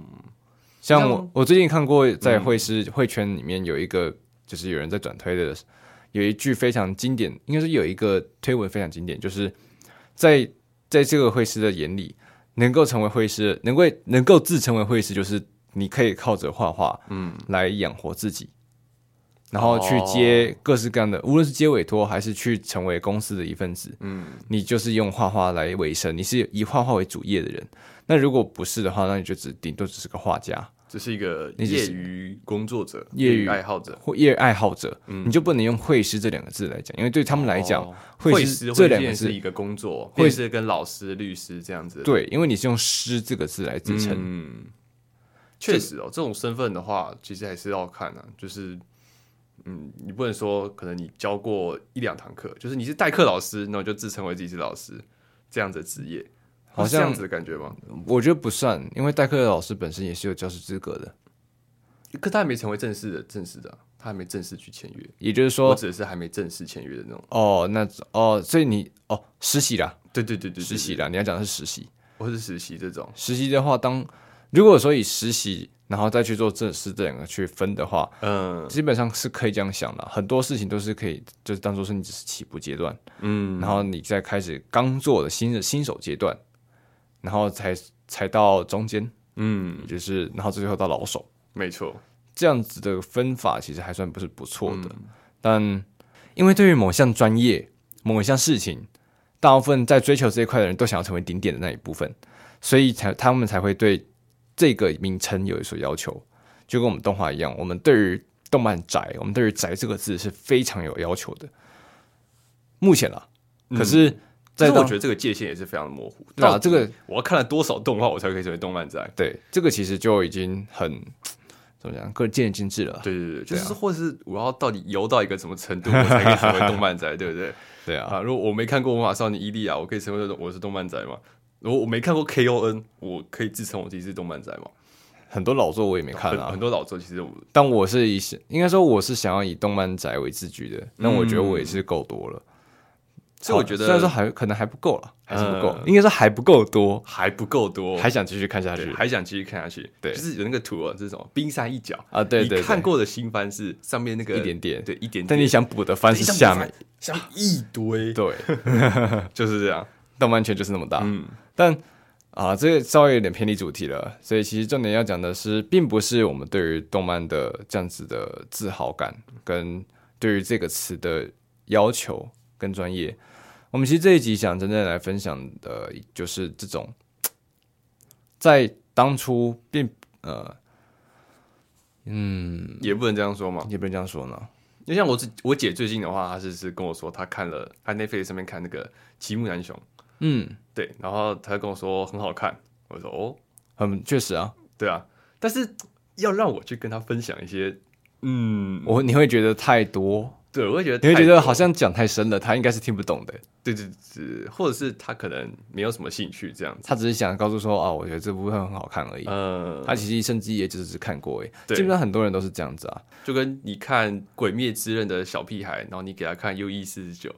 S2: 像
S1: 像
S2: 我我最近看过在会师会圈里面有一个，就是有人在转推的，有一句非常经典，应该是有一个推文非常经典，就是在在这个会师的眼里，能够成为会师，能够能够自称为会师，就是你可以靠着画画，嗯，来养活自己。然后去接各式各样的，无论是接委托还是去成为公司的一份子，嗯，你就是用画画来为生，你是以画画为主业的人。那如果不是的话，那你就只顶多只是个画家，
S1: 这是一个
S2: 你只
S1: 业
S2: 是
S1: 余工作者、
S2: 业余
S1: 爱好者。
S2: 或业余爱好者，你就不能用会师这两个字来讲，因为对他们来讲，
S1: 嗯哦
S2: 会
S1: 师
S2: 师这两
S1: 会
S2: 个
S1: 变是
S2: 字
S1: 一，个工作，
S2: 会
S1: 会师跟老师、律师这样子。，
S2: 对，因为你是用师这个字来自称，
S1: 嗯，确实哦，这种身份的话，其实还是要看啊，就是。嗯，你不能说可能你教过一两堂课，就是你是代课老师，那我就自称为自己是老师这样子的职业，
S2: 好
S1: 是这样
S2: 像
S1: 子的感觉吗？
S2: 我觉得不算，因为代课的老师本身也是有教师资格的，
S1: 可他还没成为正式的正式的啊，他还没正式去签约，
S2: 也就是
S1: 我
S2: 说，
S1: 指的是还没正式签约的那种。
S2: 哦，那哦，所以你哦，实习啦，
S1: 对对对对，对
S2: 实习，啦，你要讲的是实习，
S1: 或是实习这种，
S2: 实习的话，当如果说以实习然后再去做正式这两个去分的话，
S1: 嗯
S2: 基本上是可以这样想的，啊很多事情都是可以，就是当做是你只是起步阶段，
S1: 嗯，
S2: 然后你再开始刚做的新的新手阶段，然后才才到中间，
S1: 嗯，
S2: 也就是然后最后到老手，
S1: 没错，
S2: 这样子的分法其实还算不是不错
S1: 嗯
S2: 的。但因为对于某项专业、某一项事情，大部分在追求这一块的人都想要成为顶点的那一部分，所以才他们才会对这个名称有所要求。就跟我们动画一样，我们对于动漫宅，我们对于“宅”这个字是非常有要求的。目前啦，可是在
S1: 但
S2: 当，
S1: 是我觉得这个界限也是非常的模糊。
S2: 对啊
S1: 到底
S2: 这个
S1: 我要看了多少动画，我才可以成为动漫宅？
S2: 对这个其实就已经很怎么讲，个人见仁见智了。
S1: 对对对，就
S2: 对啊
S1: 是或是我要到底游到一个什么程度，我才可以 成为动漫宅，对不对？
S2: 对啊，
S1: 啊，如果我没看过《魔法少女伊利亚》，我可以成为那种我是动漫宅吗？如果我没看过 KON，我可以自称我自己是动漫宅吗？
S2: 很多老作我也没看
S1: 很
S2: 啊
S1: 很，多老作其实我
S2: 但我是以应该说我是想要以动漫宅为自居的，那我觉得我也是够多了。
S1: 嗯所以我
S2: 好
S1: 觉得
S2: 虽然说还可能还不够了，还是不够，
S1: 嗯
S2: 应该说还不够多，
S1: 还不够多，
S2: 还想继续看下
S1: 对
S2: 去。
S1: 还想继续看下去。
S2: 对
S1: 就是有那个图啊，这种冰山一角
S2: 啊对对
S1: 你看
S2: 对
S1: 过的新番是上面那个
S2: 一点点
S1: 对一点点，
S2: 但你想补的番
S1: 你
S2: 是
S1: 想
S2: 下面，
S1: 下一堆，
S2: 对，
S1: 就是这样。
S2: 动漫圈就是那么大。
S1: 嗯，
S2: 但啊，这个稍微有点偏离主题了，所以其实重点要讲的是，并不是我们对于动漫的这样子的自豪感，跟对于这个词的要求跟专业。我们其实这一集想真正来分享的，就是这种在当初并呃，嗯，
S1: 也不能这样说嘛。
S2: 也不能这样说呢。
S1: 因为像我自我姐最近的话，她是是跟我说，她看了她 Netflix 上面看那个《奇木男雄》，
S2: 嗯，
S1: 对，然后她跟我说很好看，我说哦，
S2: 很确实啊，
S1: 对啊，但是要让我去跟她分享一些，嗯，
S2: 我你会觉得太多，
S1: 对，我会觉得
S2: 你会觉
S1: 太
S2: 得好像讲太深了，他应该是听不懂的。
S1: 对对对，或者是她可能没有什么兴趣这样子，
S2: 他只是想告诉说啊，我觉得这部分很好看而已。
S1: 嗯、
S2: 他其实甚至也只是看过而已，
S1: 对
S2: 基本上很多人都是这样子啊。
S1: 就跟你看《鬼灭之刃》的小屁孩，然后你给他看《U E 四十九》，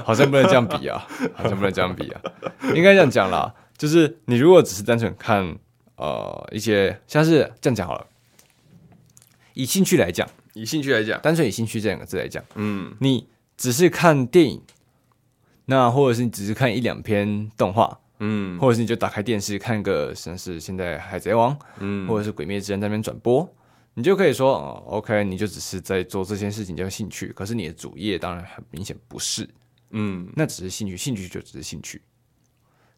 S2: 好像不能这样比啊，好像不能这样比啊，应该这样讲啦。就是你如果只是单纯看呃一些像是这样讲好了，以兴趣来讲，
S1: 以兴趣来讲，
S2: 单纯以兴趣这两个字来讲，
S1: 嗯，
S2: 你只是看电影，那或者是你只是看一两篇动画，
S1: 嗯
S2: 或者是你就打开电视看个像是现在《海贼王》
S1: 嗯，
S2: 或者是《鬼灭之刃》在那边转播，你就可以说、哦、，OK，你就只是在做这件事情叫兴趣，可是你的主业当然很明显不是，
S1: 嗯
S2: 那只是兴趣，兴趣就只是兴趣。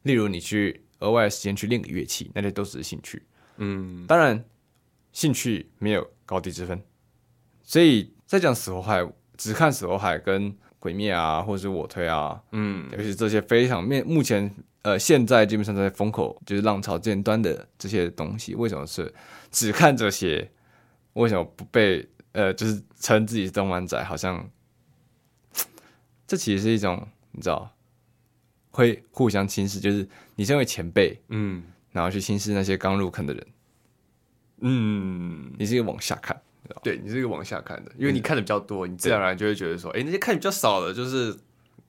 S2: 例如你去额外的时间去练个乐器，那些都只是兴趣。
S1: 嗯，
S2: 当然，兴趣没有高低之分，所以在讲死活海，只看死活海跟鬼灭啊，或者是我推啊，
S1: 嗯，
S2: 尤其是这些非常面目前呃现在基本上在风口就是浪潮尖端的这些东西，为什么是只看这些？为什么不被呃就是称自己是动漫仔？好像这其实是一种你知道会互相轻视，就是你身为前辈，
S1: 嗯
S2: 然后去轻视那些刚入坑的人，
S1: 嗯，
S2: 你是一个往下看。
S1: 对你是一个往下看的，
S2: 嗯
S1: 因为你看的比较多，你自然而然就会觉得说，哎、那些看比较少的，就是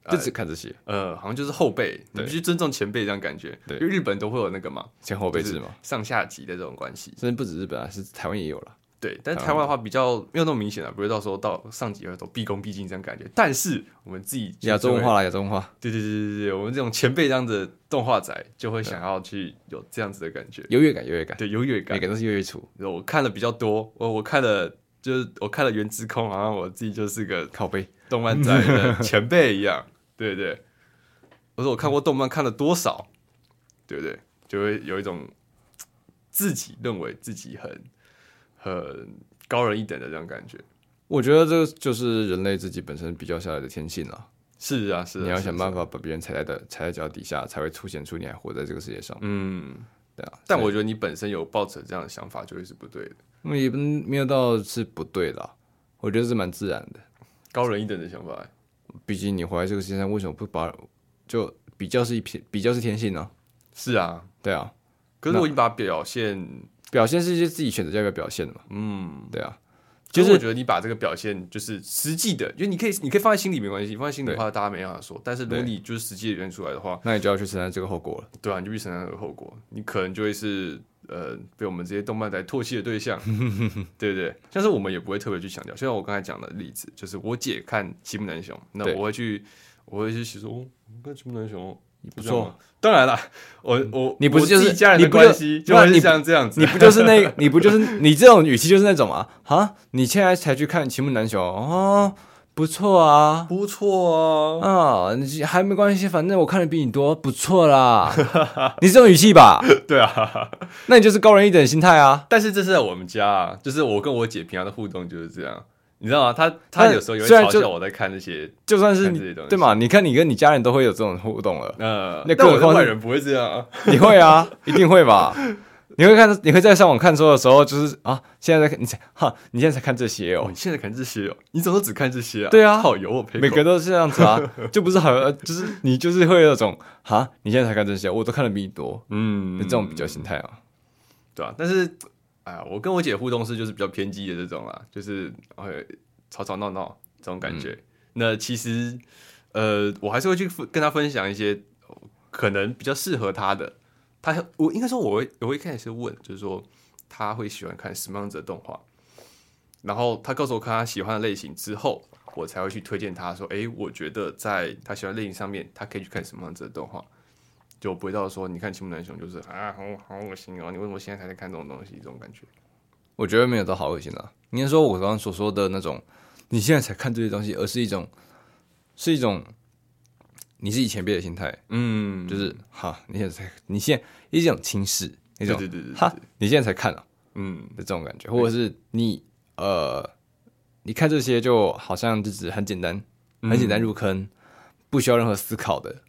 S2: 就只看这些
S1: 呃，好像就是后辈，你必须尊重前辈这样感觉。
S2: 对
S1: 因为日本都会有那个嘛，
S2: 前后辈制
S1: 就是
S2: 嘛，
S1: 上下级的这种关系。
S2: 甚至不止日本啊，是台湾也有了。
S1: 对，但是台湾的话比较没有那么明显啊，不会到时候到上级会都毕恭毕敬这样感觉。但是我们自己就是
S2: 亚洲文
S1: 会
S2: 化，啦，亚洲文化，
S1: 对对对对对，我们这种前辈这样的动画仔就会想要去有这样子的感觉，
S2: 优越感，优越感，
S1: 对优越
S2: 每
S1: 感。
S2: 个都是优越处，
S1: 我看了比较多，我我看了就是我看了《原之空》，好像我自己就是个
S2: 靠背。
S1: 动漫仔 的前辈一样，对不对？我说我看过动漫看了多少，对不对？就会有一种自己认为自己很很高人一等的这种感觉。
S2: 我觉得这就是人类自己本身比较下来的天性了。
S1: 是啊，是啊，
S2: 你要
S1: 是啊
S2: 想办法把别人踩在的踩在脚底下，才会凸显出你还活在这个世界上。
S1: 嗯。
S2: 对啊，
S1: 但我觉得你本身有抱持这样的想法，就会是不对的，
S2: 那么也不没有到是不对啦，我觉得是蛮自然的。
S1: 高人一等的想法。
S2: 毕竟你活在这个世界上，为什么不把就比较是一片比较是天性呢、
S1: 是啊，
S2: 对啊，
S1: 可是我已经把表现，
S2: 表现是一些自己选择要不要表现的嘛。
S1: 嗯，
S2: 对啊，
S1: 就
S2: 就是是
S1: 我觉得你把这个表现就是实际的，因为你可以，你可以放在心里没关系，放在心里的话大家没办法说，但是如果
S2: 对
S1: 你就是实际的表现出来的话，
S2: 那你就要去承担这个后果了。
S1: 对啊，你就必须承担这个后果，你可能就会是呃被我们这些动漫宅唾弃的对 象，对不对？但是我们也不会特别去强调，就像我刚才讲的例子，就是我姐看《奇木男雄》，那
S2: 对
S1: 我会去，我会去写说，哦，你看《奇木男雄》不
S2: 不
S1: 这样吗
S2: 错，，
S1: 当然啦，我我
S2: 你不是
S1: 我自己
S2: 就是
S1: 家人
S2: 你
S1: 的
S2: 不就
S1: 关系，就
S2: 对啊
S1: 会是
S2: 你
S1: 像这样子，
S2: 你不就 是那，你不就是你这种语气就是那种啊？哈，你现在才去看《奇木难雄》哦，不错啊，
S1: 不错啊，
S2: 啊、你还没关系，反正我看的比你多，不 错啦。你是这种语气吧？
S1: 对啊，
S2: 那你就是高人一等的心态啊。
S1: 但是这是在我们家啊，就是我跟我姐平常的互动就是这样，你知道吗？她她
S2: 但
S1: 有时候也会
S2: 虽然
S1: 嘲
S2: 就
S1: 笑我在看那些，
S2: 就算是
S1: 看
S2: 你
S1: 这些东西
S2: 对嘛？你看你跟你家人都会有这种互动了，
S1: 呃
S2: 那，
S1: 但
S2: 更
S1: 我
S2: 何
S1: 的
S2: 况
S1: 外
S2: 是
S1: 人不会这样啊，
S2: 你会啊，一定会吧？你会看，你会在上网看书的时候，就是啊，现在在看你才哈，你现在才看这些
S1: 哦，
S2: 哦
S1: 你，现在看这些哦，你怎么都只看这些啊？
S2: 对啊
S1: 好有我陪
S2: 每个都是这样子啊，就不是好，呃就是你就是会有那种哈，你现在才看这些，我都看的比你多，
S1: 嗯，
S2: 这种比较心态啊，
S1: 对啊，但是啊，我跟我姐互动是就是比较偏激的这种啦，就是会吵吵闹闹这种感觉。那其实呃，我还是会去分跟她分享一些呃可能比较适合她的。她我应该说我会我会一开始问，就是说她会喜欢看什么样子的动画，然后她告诉我看她喜欢的类型之后。我才会去推荐她说，诶，我觉得在她喜欢的类型上面，她可以去看什么样子的动画。就不会到说，你看《青木男雄》就是啊，好好恶心哦！你为什么现在才在看这种东西？这种感觉，
S2: 我觉得没有到好恶心啊，应该说我刚刚所说的那种，你现在才看这些东西，而是一种，是一种你是以前辈的心态，
S1: 嗯，
S2: 就是哈，你现在才，你现在一种轻视，一
S1: 对
S2: 种
S1: 对对对，对
S2: 哈，你现在才看啊
S1: 嗯，
S2: 的这种感觉，或者是你呃，你看这些就好像就是很简单，
S1: 嗯
S2: 很简单入坑，不需要任何思考的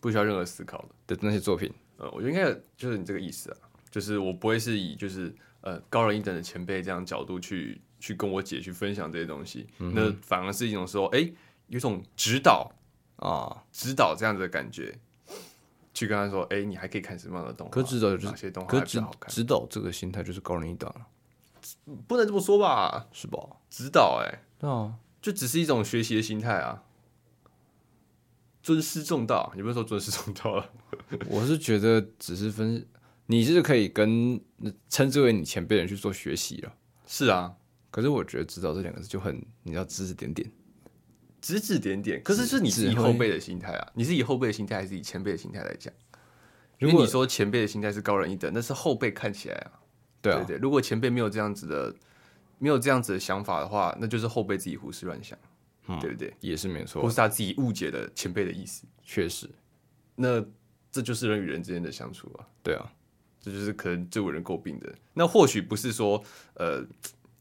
S1: 不需要任何思考的。
S2: 的那些作品。
S1: 呃，我觉得应该就是你这个意思啊，就是我不会是以就是呃高人一等的前辈这样角度去去跟我姐去分享这些东西，
S2: 嗯
S1: 那反而是一种说，哎、有种指导
S2: 啊，
S1: 指导这样子的感觉，去跟她说，哎、你还可以看什么样的动画？
S2: 可指导就是
S1: 哪些动画
S2: 可
S1: 还比
S2: 指
S1: 较好看？
S2: 指导这个心态就是高人一等了，
S1: 不能这么说吧，
S2: 是吧？
S1: 指导哎、
S2: 对啊，
S1: 就只是一种学习的心态啊，尊师重道，也不是说尊师重道了，
S2: 我是觉得只是分，你是可以跟称之为你前辈的人去做学习了。
S1: 是啊，
S2: 可是我觉得指导这两个字就很，你要指指点点。
S1: 指指点点。可是是你是以
S2: 指挥
S1: 后辈的心态啊，你是以后辈的心态还是以前辈的心态来讲？因
S2: 如
S1: 为
S2: 果
S1: 你说前辈的心态是高人一等，那是后辈看起来啊，
S2: 对啊，
S1: 对对。如果前辈没有这样子的，没有这样子的想法的话，那就是后辈自己胡思乱想，对不对？
S2: 嗯也是没错
S1: 或，是他自己误解了前辈的意思，
S2: 确实，
S1: 那这就是人与人之间的相处啊。
S2: 对啊，
S1: 这就是可能最为人诟病的。那或许不是说呃，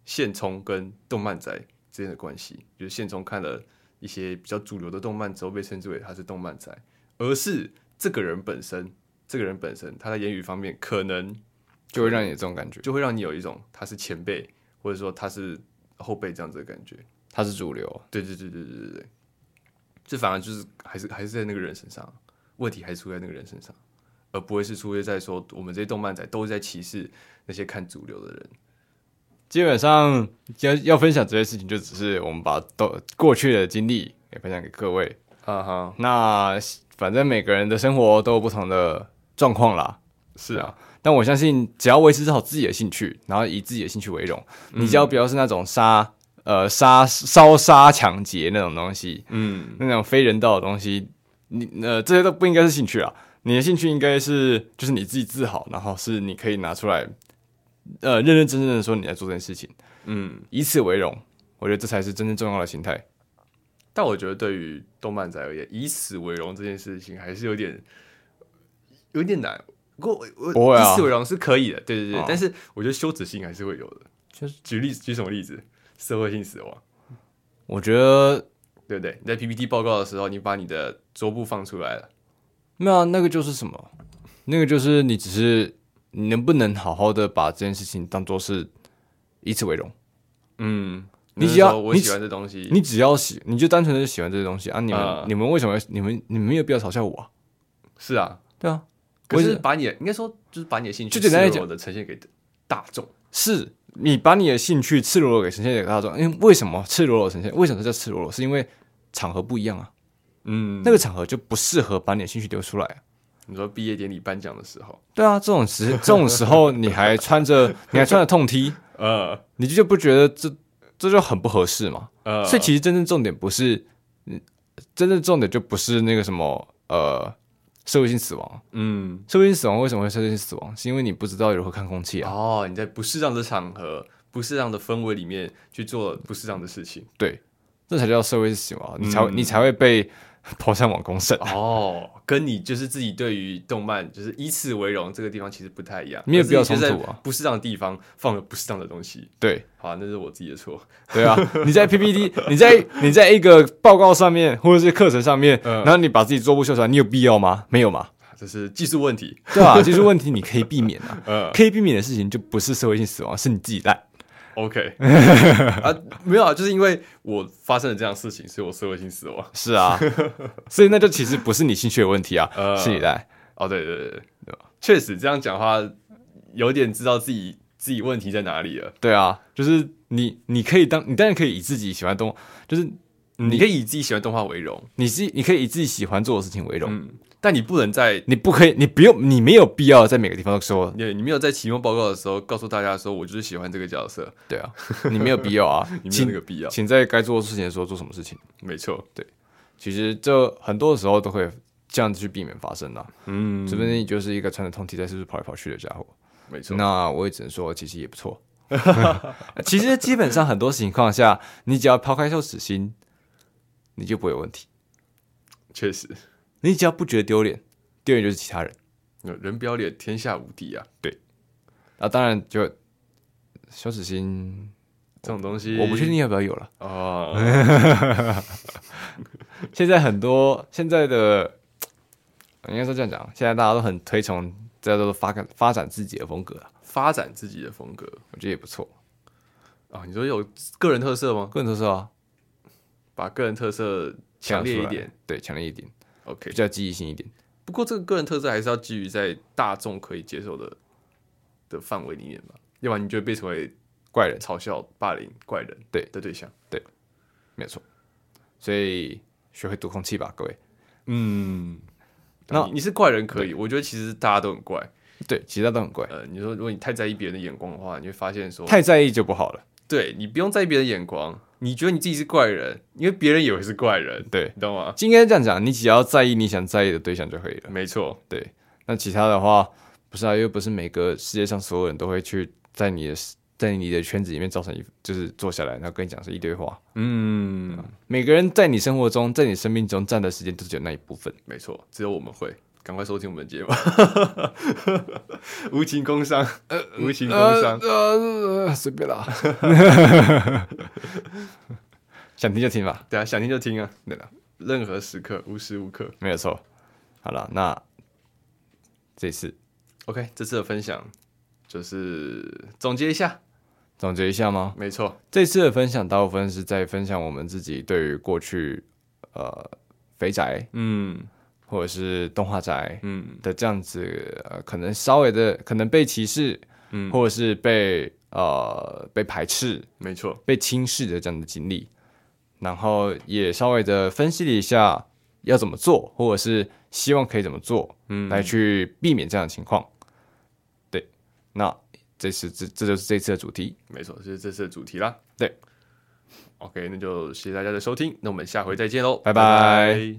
S1: 现充跟动漫宅之间的关系，就是现充看了一些比较主流的动漫之后被称之为他是动漫宅，而是这个人本身，这个人本身他在言语方面可能
S2: 就会让你有这种感觉，
S1: 就会让你有一种他是前辈或者说他是后辈这样子的感觉。
S2: 它是主流。
S1: 对对对对对对对，这反而就是还是还是在那个人身上，问题还是出在那个人身上，而不会是出现在说我们这些动漫仔都是在歧视那些看主流的人。
S2: 基本上要要分享这些事情，就只是我们把都过去的经历也分享给各位。
S1: 哈哈，
S2: 那反正每个人的生活都有不同的状况啦，
S1: 是啊，
S2: 但我相信，只要维持好自己的兴趣，然后以自己的兴趣为荣，
S1: 嗯
S2: 你只要不要是那种杀呃杀烧杀抢劫那种东西，
S1: 嗯，
S2: 那种非人道的东西，你呃这些都不应该是兴趣啊。你的兴趣应该是就是你自己自豪，然后是你可以拿出来，呃认认真真的说你在做这件事情，
S1: 嗯，
S2: 以此为荣。我觉得这才是真正重要的心态。
S1: 但我觉得对于动漫仔而言，以此为荣这件事情还是有点有点难。不过我
S2: 不会
S1: 我
S2: 啊
S1: 以此为荣是可以的，对对对，
S2: 哦
S1: 但是我觉得羞耻心还是会有的。
S2: 就是
S1: 举例子，举什么例子？社会性死亡。
S2: 我觉得
S1: 对不对？你在 PPT 报告的时候，你把你的桌布放出来了，
S2: 没有啊、那个就是什么，那个就是你只是你能不能好好的把这件事情当做是以此为荣。
S1: 嗯，
S2: 你
S1: 是
S2: 只要
S1: 说我
S2: 你
S1: 喜
S2: 只
S1: 欢这东西，
S2: 你只要喜，你就单纯的喜欢这些东西啊！你们、
S1: 啊
S2: 你们为什么要你们你们没有必要嘲笑我啊？
S1: 是啊，
S2: 对啊，
S1: 可
S2: 我
S1: 是
S2: 也
S1: 把你的应该说就是把你的兴趣
S2: 就简单来
S1: 赤
S2: 讲
S1: 裸的呈现给大众，
S2: 是你把你的兴趣赤裸裸给呈现给大众，因为为什么赤裸裸呈现？为什么叫赤裸裸？是因为场合不一样啊，
S1: 嗯
S2: 那个场合就不适合把你的兴趣丢出来啊、
S1: 你说毕业典礼颁奖的时候，
S2: 对啊，这种时这种时候你还穿 着你还穿着痛 T，
S1: 呃
S2: 你就不觉得这这就很不合适嘛？
S1: 呃，
S2: 所以其实真正重点不是，嗯真正重点就不是那个什么呃社会性死亡。啊
S1: 嗯，
S2: 社会性死亡为什么会社会性死亡？是因为你不知道如何看空气啊。
S1: 哦，你在不适当的场合、不适当的氛围里面去做不适当的事情，
S2: 对，这才叫社会性死亡，啊你才会、
S1: 嗯
S2: 你才会被抛上网公审。啊
S1: 哦，跟你就是自己对于动漫就是以此为荣这个地方其实不太一样，
S2: 没有必要冲突啊
S1: 而是你就在不适当的地方放了不适当的东西，
S2: 对
S1: 好、啊，那是我自己的错，
S2: 对啊，你在 PPT，你在你在一个报告上面或者是课程上面，然后你把自己桌布秀出来，你有必要吗？没有嘛？
S1: 这是技术问题。
S2: 对 吧、啊？就是问题你可以避免啊，
S1: 嗯
S2: 可以避免的事情就不是社会性死亡，是你自己烂。
S1: ，OK，啊，没有啊，就是因为我发生了这样的事情，所以我社会性死亡。
S2: 是啊， 所以那就其实不是你兴趣的问题啊，
S1: 呃
S2: 是你烂。
S1: 哦，对对对对，确实这样讲话，有点知道自己自己问题在哪里了。
S2: 对啊，就是你，你可以当，你当然可以以自己喜欢的动，就是嗯
S1: 你可以以自己喜欢动画为荣，
S2: 你自己，你可以以自己喜欢做的事情为荣。
S1: 嗯，但你不能在
S2: 你不可以，你不用，你没有必要在每个地方都说，
S1: 你你没有在期末报告的时候告诉大家说，我就是喜欢这个角色，
S2: 对啊，你没有必要啊，
S1: 你没有
S2: 请
S1: 那个必要。
S2: 请在该做的事情的时候做什么事情。
S1: 没错，
S2: 其实这很多时候都会这样子去避免发生啊，
S1: 嗯，
S2: 除非你就是一个穿着通体在四处跑来跑去的家伙。
S1: 没错，
S2: 那我也只能说，其实也不错。 其实基本上很多情况下，你只要抛开羞耻心，你就不会有问题。
S1: 确实，
S2: 你只要不觉得丢脸，丢脸就是其他人
S1: 人不要脸，天下无敌啊！
S2: 啊。当然就羞耻心，
S1: 这种东西
S2: 我不确定要不要有了。
S1: 哦，
S2: 现在很多现在的，应该说这样讲，现在大家都很推崇，大家都发展发展自己的风格啊，
S1: 发展自己的风格
S2: 我觉得也不错。
S1: 啊、你说有个人特色吗？
S2: 个人特色啊，
S1: 把个人特色强烈一点。，
S2: 对，强烈一点，
S1: OK，
S2: 比较记忆性一点。
S1: 不过这个个人特色还是要基于在大众可以接受的的范围里面吧，要不然你就会被成为
S2: 怪人
S1: 嘲笑、霸凌、怪人
S2: 对
S1: 的对象。
S2: 没有错，所以学会读空气吧，各位。
S1: 嗯，
S2: 那
S1: 你你是怪人可以，我觉得其实大家都很怪。
S2: 对，其他都很怪，
S1: 呃，你说如果你太在意别人的眼光的话，你会发现说，
S2: 太在意就不好了。
S1: 对你不用在意别人的眼光，你觉得你自己是怪人，因为别人也会是怪人，
S2: 对，
S1: 你懂吗？
S2: 应该这样讲，你只要在意你想在意的对象就可以了。
S1: 没错，
S2: 对，那其他的话，不是啊，又不是每个世界上所有人都会去在你的在你的圈子里面造成一，就是坐下来，然后跟你讲是一堆话。
S1: 嗯，
S2: 每个人在你生活中，在你生命中占的时间都只有那一部分。
S1: 没错，只有我们会。赶快收听我们的节目， 无情工伤，无情工伤。
S2: 呃，随便啦，想听就听吧，
S1: 对啊，想听就听啊，
S2: 对了，
S1: 任何时刻，无时无刻。
S2: 没有错。好了，那这次
S1: OK，这次的分享就是总结一下，
S2: 总结一下吗？
S1: 没错，
S2: 这次的分享大部分是在分享我们自己对于过去呃肥宅
S1: 嗯
S2: 或者是动画宅
S1: 嗯，
S2: 的这样子，呃，可能稍微的可能被歧视，
S1: 嗯
S2: 或者是被呃被排斥、
S1: 没错，
S2: 被轻视的这样的经历，然后也稍微的分析了一下要怎么做，或者是希望可以怎么做，
S1: 嗯
S2: 来去避免这样的情况。对，那这次这这就是这次的主题，
S1: 没错，这是这次的主题啦。
S2: 对
S1: ，OK，那就谢谢大家的收听，那我们下回再见喽，
S2: 拜拜